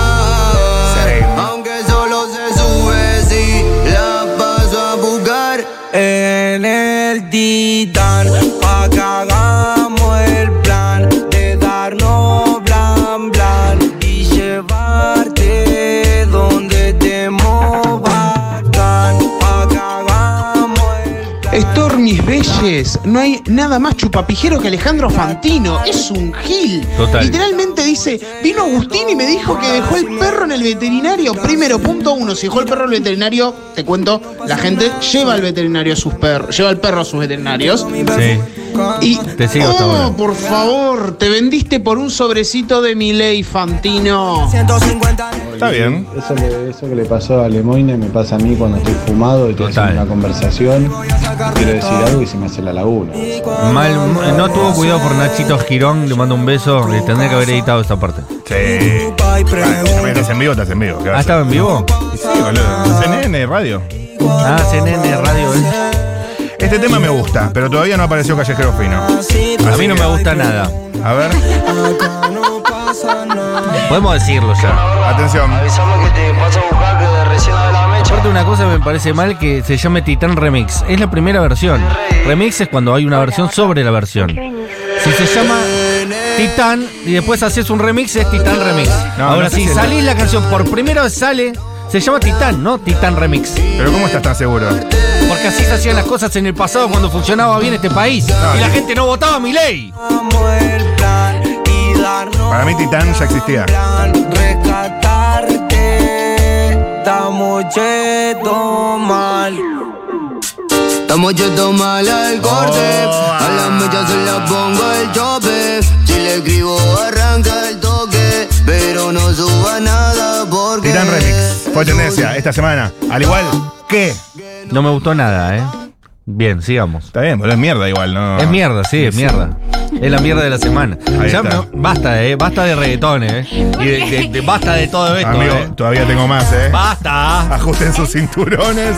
Aunque solo se sube si la paso a buscar.
en el titán pa' que hagamos el plan de darnos blan blan y llevarte donde te movacan pa' que hagamos
Stormis Belles, no hay nada más chupapijero que Alejandro Fantino, es un gil.
Total.
Literalmente dice, vino Agustín y me dijo que dejó el perro en el veterinario. Primero, punto uno, si dejó el perro en el veterinario, te cuento, la gente lleva al veterinario a sus perros, lleva al perro a sus veterinarios.
Sí.
Y,
Te sigo hasta
oh,
ahora.
por favor, te vendiste por un sobrecito de Miley Fantino.
Está bien.
Eso, le- eso que le pasó a Lemoine me pasa a mí cuando estoy fumado y estoy haciendo una conversación. Quiero decir algo y se me hace la laguna.
Mal, no tuvo cuidado por Nachito Girón, le mando un beso. Le tendría que haber editado esta parte.
Sí. Bueno, estás en vivo, estás en vivo. ¿qué va a
¿Ah,
hacer?
estaba en vivo?
Sí, boludo. CNN, radio.
Ah, CNN, radio. ¿eh?
Este tema me gusta, pero todavía no apareció Callejero Fino.
A mí no me gusta nada.
A ver.
Podemos decirlo ya.
Atención.
Avisame que te paso a buscar que de recién de la mecha.
Aparte una cosa me parece mal que se llame Titán Remix. Es la primera versión. Remix es cuando hay una versión sobre la versión. Si se llama Titán y después haces un remix, es Titán Remix.
No,
Ahora
no sé
si
si es-
salís la canción por primera vez sale, se llama Titán, ¿no? Titán Remix.
Pero ¿cómo estás tan seguro?
Porque así se hacían las cosas en el pasado cuando funcionaba bien este país. Y la gente no votaba a mi ley.
Para mí Titán ya existía.
rescatarte. Estamos cheto mal.
Estamos yendo mal al corte. A las mechas Oh, se las pongo el chope. Si le escribo, arranca el toque. Pero no suba nada porque.
Titán Remix. Fue tendencia esta semana. Al igual que.
No me gustó nada, ¿eh? Bien, sigamos.
Está bien, pero es mierda igual, ¿no?
Es mierda, Ah. sí, es mierda. Es la mierda de la semana.
Ahí
Ya
está.
no- basta, eh, basta de reggaetones, eh. Y de- de- de- basta de todo esto,
Amigo,
eh.
todavía tengo más, ¿eh?
Basta.
Ajusten sus cinturones.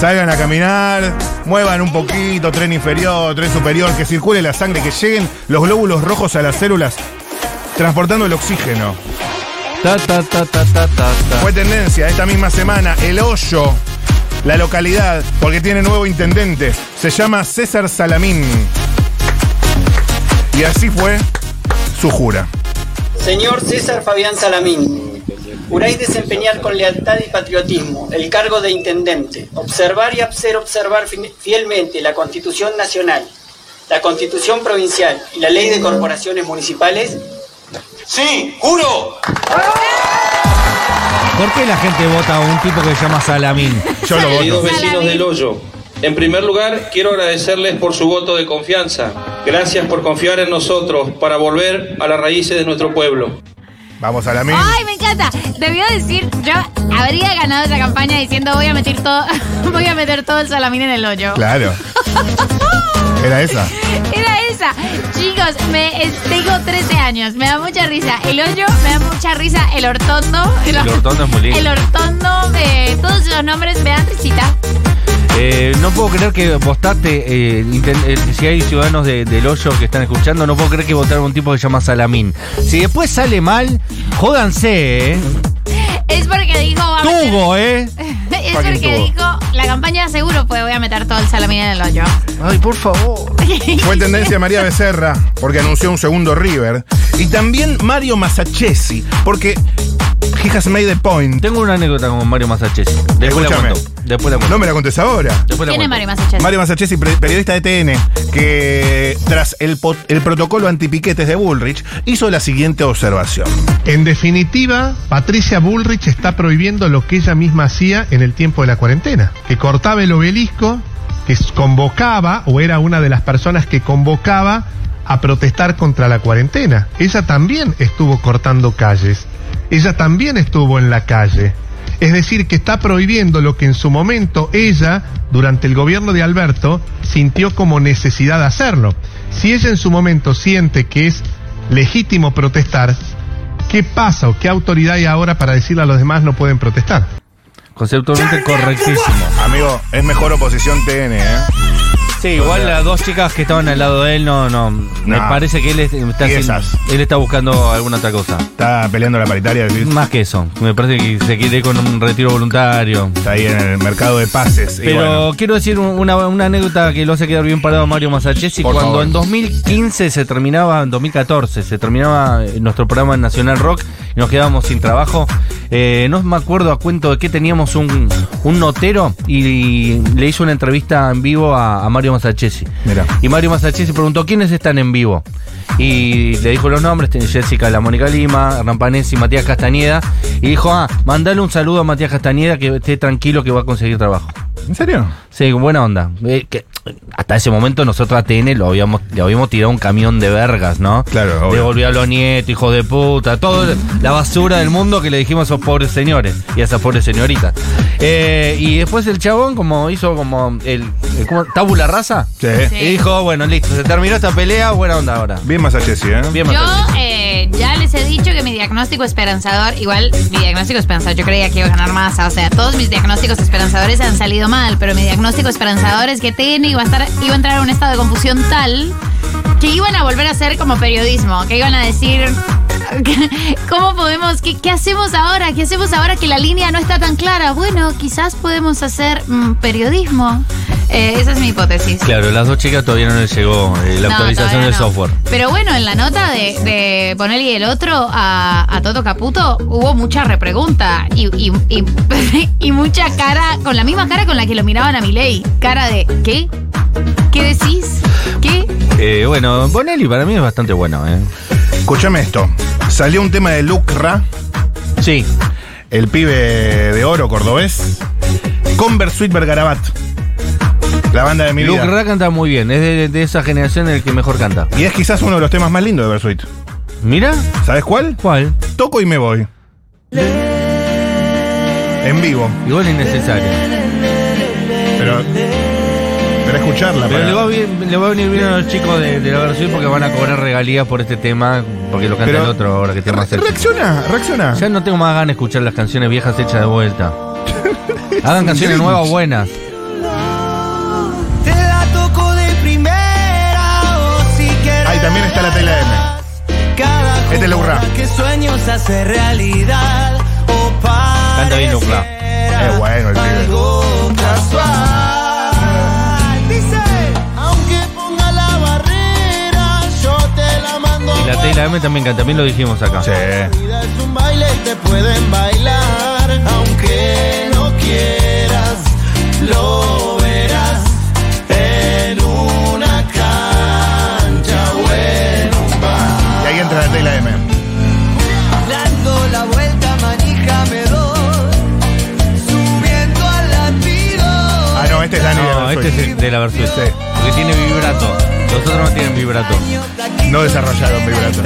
Salgan a caminar, muevan un poquito, tren inferior, tren superior, que circule la sangre, que lleguen los glóbulos rojos a las células, transportando el oxígeno.
Ta, ta, ta, ta, ta, ta, ta.
Fue tendencia esta misma semana el hoyo, la localidad, porque tiene nuevo intendente. Se llama César Salamín. Y así fue su jura.
Señor César Fabián Salamín, juráis desempeñar con lealtad y patriotismo el cargo de intendente, observar y hacer observar fi- fielmente la Constitución Nacional, la Constitución Provincial y la Ley de Corporaciones Municipales. Sí, juro.
¿Por qué la gente vota a un tipo que se llama Salamín?
Queridos vecinos del hoyo, en primer lugar quiero agradecerles por su voto de confianza. Gracias por confiar en nosotros para volver a las raíces de nuestro pueblo.
Vamos a la
Ay, me encanta. Debió decir, yo habría ganado esa campaña diciendo voy a meter todo, (laughs) voy a meter todo el salamín en el hoyo.
Claro. Era esa.
Era esa. Chicos, me es- tengo 13 años. Me da mucha risa el hoyo, me da mucha risa el ortondo. El,
El
(laughs)
ortondo es muy lindo.
El ortondo, me- todos los nombres me dan risita.
Eh, no puedo creer que votaste, eh, inten- eh, si hay ciudadanos de- del hoyo que están escuchando, no puedo creer que votaron a un tipo que se llama Salamín. Si después sale mal, jódanse, eh.
Es porque dijo. va a meter-
Tuvo,
(laughs)
eh.
es
Fucking
porque
tuvo.
dijo, la campaña seguro pues voy a meter todo el salamín en el hoyo.
Ay, por favor.
Fue tendencia María Becerra porque anunció un segundo River. Y también Mario Masachesi porque he has made the point.
Tengo una anécdota con Mario Masachesi. Después la
Escúchame.
cuento. Después la cuento.
No me la contés ahora.
Después la
¿Quién es
cuento.
Mario Masachesi?
Mario Masachesi, pre- periodista de TN, que tras el, po- el protocolo antipiquetes de Bullrich, hizo la siguiente observación.
En definitiva, Patricia Bullrich está prohibiendo lo que ella misma hacía en el tiempo de la cuarentena, que cortaba el obelisco, que convocaba o era una de las personas que convocaba a protestar contra la cuarentena. Ella también estuvo cortando calles. Ella también estuvo en la calle. Es decir, que está prohibiendo lo que en su momento ella, durante el gobierno de Alberto, sintió como necesidad de hacerlo. Si ella en su momento siente que es legítimo protestar, ¿qué pasa o qué autoridad hay ahora para decirle a los demás no pueden protestar?
Conceptualmente correctísimo.
Amigo, es mejor oposición TN, ¿eh?
Sí, igual las dos chicas que estaban al lado de él, no, no. Me
Nah.
parece que él es- está,
Y
haciendo-
esas.
él está buscando alguna otra cosa.
Está peleando la paritaria. decís.
Más que eso. Me parece que se quiere ir con un retiro voluntario.
Está ahí en el mercado de pases. y
Pero
bueno.
quiero decir un- una, una anécdota que lo hace quedar bien parado a Mario Masachesi.
Por
Cuando
favor.
en 2015 se terminaba, en 2014, se terminaba eh, nuestro programa en Nacional Rock y nos quedábamos sin trabajo. eh, no me acuerdo a cuento de qué teníamos un, un notero y le hizo una entrevista en vivo a, a Mario Masachesi.
Mira.
Y Mario Masachesi preguntó quiénes están en vivo. Y le dijo los nombres, ten- Jessica La Mónica Lima, Hernán Panesi, Matías Castañeda. Y dijo, ah, mandale un saludo a Matías Castañeda que esté tranquilo que va a conseguir trabajo.
¿En serio?
Sí, buena onda. Eh, que hasta ese momento nosotros a TN lo habíamos, le habíamos tirado un camión de vergas, ¿no?
Claro, obvio.
Devolví a los nietos, hijos de puta, toda la basura del mundo que le dijimos a esos pobres señores y a esas pobres señoritas. Eh, y después el chabón como hizo como el, el- ¿cómo? tabula rasa.
Sí. Sí.
Y dijo, bueno, listo, se terminó esta pelea, buena onda ahora.
Bien Masachesi, ¿eh?
Bien,
Yo
Matías.
eh, ya les he dicho que mi diagnóstico esperanzador, igual mi diagnóstico esperanzador, yo creía que iba a ganar más, o sea, todos mis diagnósticos esperanzadores han salido mal, pero mi diagnóstico esperanzador es que TN iba a, estar, iba a entrar en un estado de confusión tal que iban a volver a hacer como periodismo, que iban a decir... (laughs) ¿Cómo podemos? ¿Qué, qué hacemos ahora? ¿Qué hacemos ahora que la línea no está tan clara? Bueno, quizás podemos hacer mm, periodismo. Eh, esa es mi hipótesis.
Claro, las dos chicas todavía no les llegó eh, la
No,
actualización
todavía
del
no.
software.
Pero bueno, en la nota de, de Bonelli y el otro a, a Toto Caputo hubo mucha repregunta y, y- y- (laughs) y mucha cara, con la misma cara con la que lo miraban a Milei. Cara de, ¿qué? ¿Qué decís? ¿Qué?
Eh, bueno, Bonelli para mí es bastante bueno, ¿eh?
Escúchame esto. Salió un tema de Lucra.
Sí.
El pibe de oro cordobés. Con Bersuit Bergarabat. La banda de mi
Luke
vida.
Ra canta muy bien, es de, de esa generación el que mejor canta.
Y es quizás uno de los temas más lindos de Bersuit.
Mira,
¿Sabes cuál?
¿Cuál?
Toco y me voy. En vivo.
igual es necesario.
Pero. Pero escucharla.
Pero
para-
le va, bien- le va a venir bien a los chicos de, de la versión porque van a cobrar regalías por este tema, porque lo canta
Pero-
el otro ahora que tema cerca.
Reacciona, reacciona.
Ya no tengo más ganas de escuchar las canciones viejas hechas de (laughs) vuelta. Hagan canciones
Grinch.
nuevas buenas.
Te la toco de primera o si quieres.
Ahí también está la tela M.
Cada
Este es Lucra.
jugada que sueños hace realidad oh, o para
Canta bien Lucla.
Es bueno el pibe.
algo casual. Dice, aunque ponga la barrera, yo te la mando.
Y la T y la M también canta, también lo dijimos acá.
Sí.
Vida es un baile y te pueden bailar, aunque no quieras, lo verás en una cancha o en un bar.
Y ahí entra la tela M.
Dando la vuelta, manija me doy, subiendo al latido.
Ah, no, este es Dani de
No,
Bersuit.
este es el de la versión. Porque tiene vibrato. Los otros no tienen vibrato.
No desarrollaron vibrato.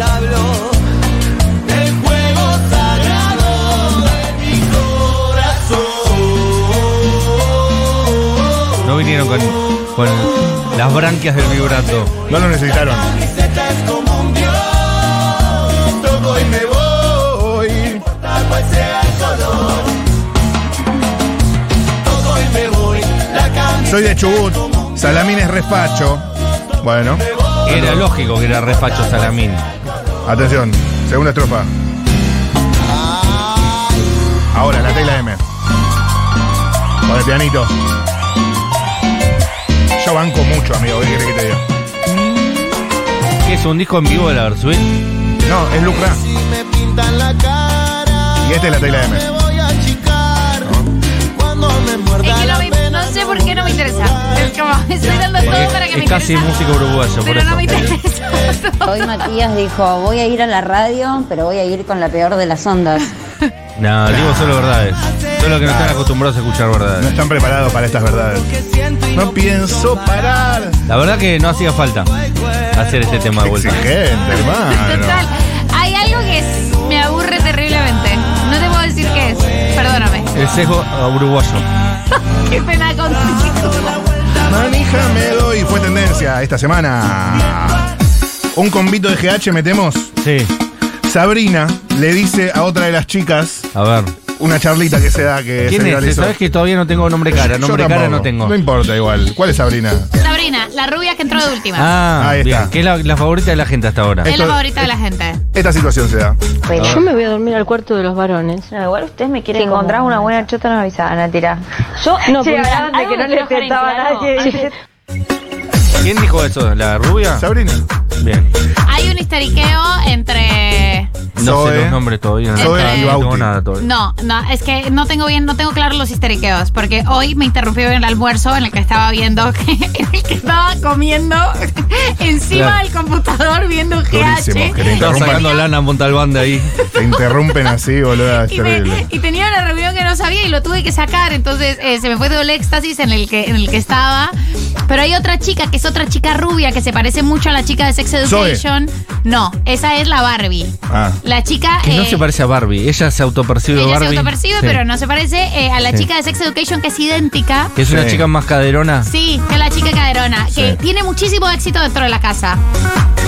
El juego sagrado de mi corazón.
No vinieron con, con las branquias del vibrato.
No lo necesitaron.
Camiseta es como un dios. Toco y me voy. No importa cuál pues sea el color. Toco y me voy. La camiseta
Soy de Chubut. Salamín es respacho. Bueno,
Era lógico que era Refacho Salamín.
atención. Segunda estrofa. Ahora, la tecla M. Con el pianito. Yo banco mucho, amigo. ¿Qué querés que te diga?
¿Qué es un disco en vivo de la Versuit?
No, es Lucra.
me pinta en la cara.
Y esta es la tecla M.
Me voy a achicar. Cuando me
Es
muerda
que no,
la
me-
pena.
no sé por qué no me interesa. Es como, estoy dando todo para que me
es casi
interesa.
música uruguayo, por
Pero
eso.
no me interesa.
(laughs)
Hoy Matías dijo, voy
(laughs)
a ir a la radio, pero voy a ir con la peor de las ondas.
No, digo solo verdades. Son los que no están acostumbrados a escuchar verdades.
No están preparados para estas verdades. No pienso parar.
La verdad que no hacía falta hacer este tema de vuelta.
Exigente, hermano.
Total. Hay algo que es- me aburre terriblemente. No te puedo decir qué es. Perdóname.
El sesgo uh, uruguayo.
Qué pena con tu chico.
Manija me doy. Fue tendencia esta semana. Un convito de GH metemos.
Sí.
Sabrina le dice a otra de las chicas.
A ver.
Una charlita que se da que
¿Quién
se
es?
viralizó.
Sabes que todavía no tengo nombre cara.
Yo
Nombre cara
tampoco.
no tengo.
No importa igual. ¿Cuál es Sabrina?
Sabrina, la rubia que entró de última.
Ah,
Ahí está.
bien, que es la, la favorita de la gente hasta ahora.
es la favorita de la gente.
Esta situación se da.
Eh, Yo me voy a dormir al cuarto de los
(laughs)
varones. igual ustedes me quieren. Si encontrás una buena chota, nos avisás, Ana, tirá. Yo
No, porque hablaban de que no
Ah,
le tentaba a nadie.
¿Quién dijo eso? ¿La rubia?
Sabrina.
Bien.
Hay un histeriqueo entre.
No
Zoe.
sé los nombres todavía. No,
Zoe y
no,
Bauti.
tengo nada todavía.
No, no, es que no tengo bien, no tengo claro los histeriqueos, porque hoy me interrumpió en el almuerzo en el que estaba viendo, (laughs) en el que estaba comiendo (laughs) encima
Claro.
del computador viendo
Durísimo, que te
GH.
Estaba
interrumpan.
sacando lana a Montalbán de ahí.
Te interrumpen así, boludo.
(laughs)
Es
Y, me-
terrible.
y tenía una reunión que no sabía y lo tuve que sacar, entonces eh, se me fue todo el éxtasis en el que en el que estaba. Pero hay otra chica que es otra chica rubia que se parece mucho a la chica de Sex
Zoe.
Education. No, esa es la Barbie.
Ah.
La chica
Que no
eh,
se parece a Barbie. Ella se autopercibe
ella
Barbie.
se autopercibe,
Sí.
pero no se parece eh, a la
Sí.
chica de Sex Education que es idéntica.
Que es una
Sí.
chica más caderona.
Sí, que es la chica caderona, que tiene muchísimo éxito dentro de la casa.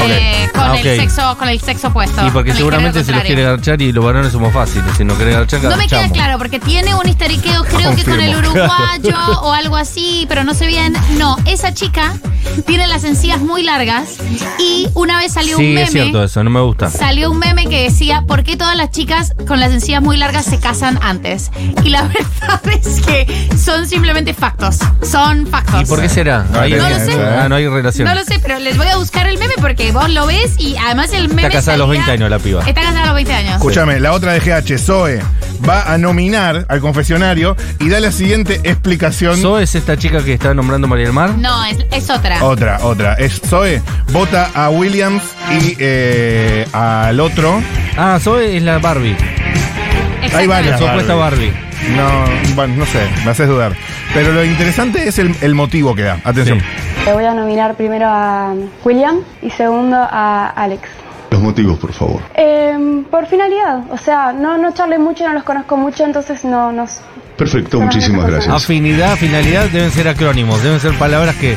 Eh, con
Ah, ok.
el sexo, con el sexo opuesto.
Y porque
con el
seguramente
género
se los quiere
contrario.
garchar y los varones somos fáciles. Si no quiere garchar,
No me queda
garchamos.
claro, porque tiene un histeriqueo, creo que
(laughs)
con el
Confirmo.
uruguayo
Claro.
o algo así, pero no sé bien. No, esa chica tiene las encías muy largas y una vez salió un
Sí,
meme.
es cierto eso. No me gusta.
Salió un meme que decía, ¿por qué todas las chicas con las encías muy largas se casan antes? Y la (laughs) verdad es que son simplemente factos. Son factos.
¿Y por qué será?
No,
Ahí-
no lo sé.
Ah, no hay relación.
No lo sé, pero les voy a buscar el meme porque vos lo ves y además el meme.
Está casada a los
salía- Este-
20 años la piba.
Está casada a los 20 años.
Escúchame, la otra de GH, Zoe, va a nominar al confesionario y da la siguiente explicación.
¿Zoe es esta chica que está nombrando María del Mar?
No, es, es otra.
Oh,
Otra, otra. Es Zoe, vota a Williams y eh, al otro.
Ah, Zoe es la Barbie.
Hay varias.
La supuesta Barbie.
No, bueno, no sé, me haces dudar. Pero lo interesante es el, el motivo que da. Atención.
Le voy a nominar primero a William y segundo a Alex.
Los motivos, por favor.
Eh, por finalidad, o sea, no, no charlé mucho, no los conozco mucho, entonces no nos...
Perfecto, muchísimas gracias.
Afinidad, finalidad deben ser acrónimos, deben ser palabras que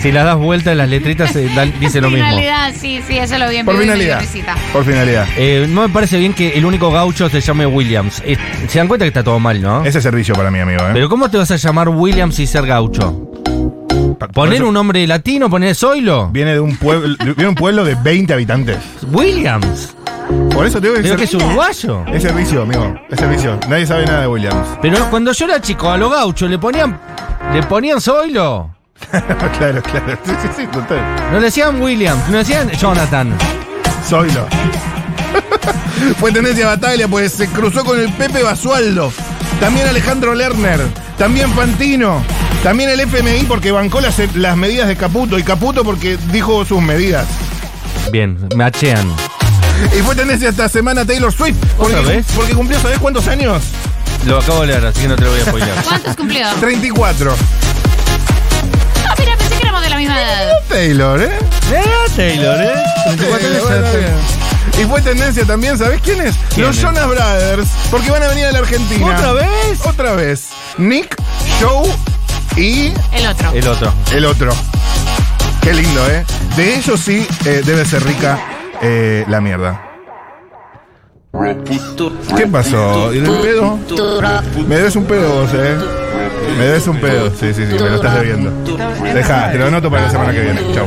si las das vuelta en las letritas se dan- dice lo mismo.
Finalidad, sí, sí, eso lo vi en
Por
vivo y me dio
finalidad.
risita.
Por finalidad.
Eh, no me parece bien que el único gaucho se llame Williams. Eh, se dan cuenta que está todo mal, ¿no?
Ese servicio para mí, amigo. ¿eh?
Pero ¿cómo te vas a llamar Williams y ser gaucho? ¿Poner un nombre latino? ¿Poner Zoilo?
Viene de un pueblo, viene un pueblo de 20 habitantes.
Williams.
Por eso te digo
Pero
ser-
que es uruguayo.
Es servicio, amigo. Es servicio. Nadie sabe nada de Williams. (laughs)
Pero cuando yo era chico, a los gauchos le ponían. ¿Le ponían Zoilo?
claro, claro. Sí, sí, sí, total.
No le decían Williams, no le decían Jonathan.
Zoilo. (laughs) Fue tendencia a batalla, pues se cruzó con el Pepe Basualdo. También Alejandro Lerner. También Fantino. También el FMI porque bancó las, las medidas de Caputo. Y Caputo porque dijo sus medidas.
Bien, me achean.
Y fue tendencia esta semana Taylor Swift. Porque,
¿Otra vez?
porque cumplió, ¿sabés cuántos años?
Lo acabo de leer, así que no te lo voy a apoyar. (laughs)
¿Cuántos cumplió?
34.
Ah, mira, pensé que éramos de la misma edad.
Taylor, ¿eh?
Taylor, ¿eh?
34 años Y fue tendencia también, ¿sabés quién es?
¿Quién
Los
es?
Jonas Brothers, porque van a venir a la Argentina.
¿Otra vez?
Otra vez. Nick, Joe y...
El otro.
El otro.
El otro. Qué lindo, ¿eh? De ellos sí eh, debe ser rica eh, la mierda. ¿Qué pasó? ¿Y el pedo? Me debes un pedo vos, ¿eh? Me debes un pedo. Sí, sí, sí, me lo estás debiendo. Deja, te lo anoto para la semana que viene. Chau.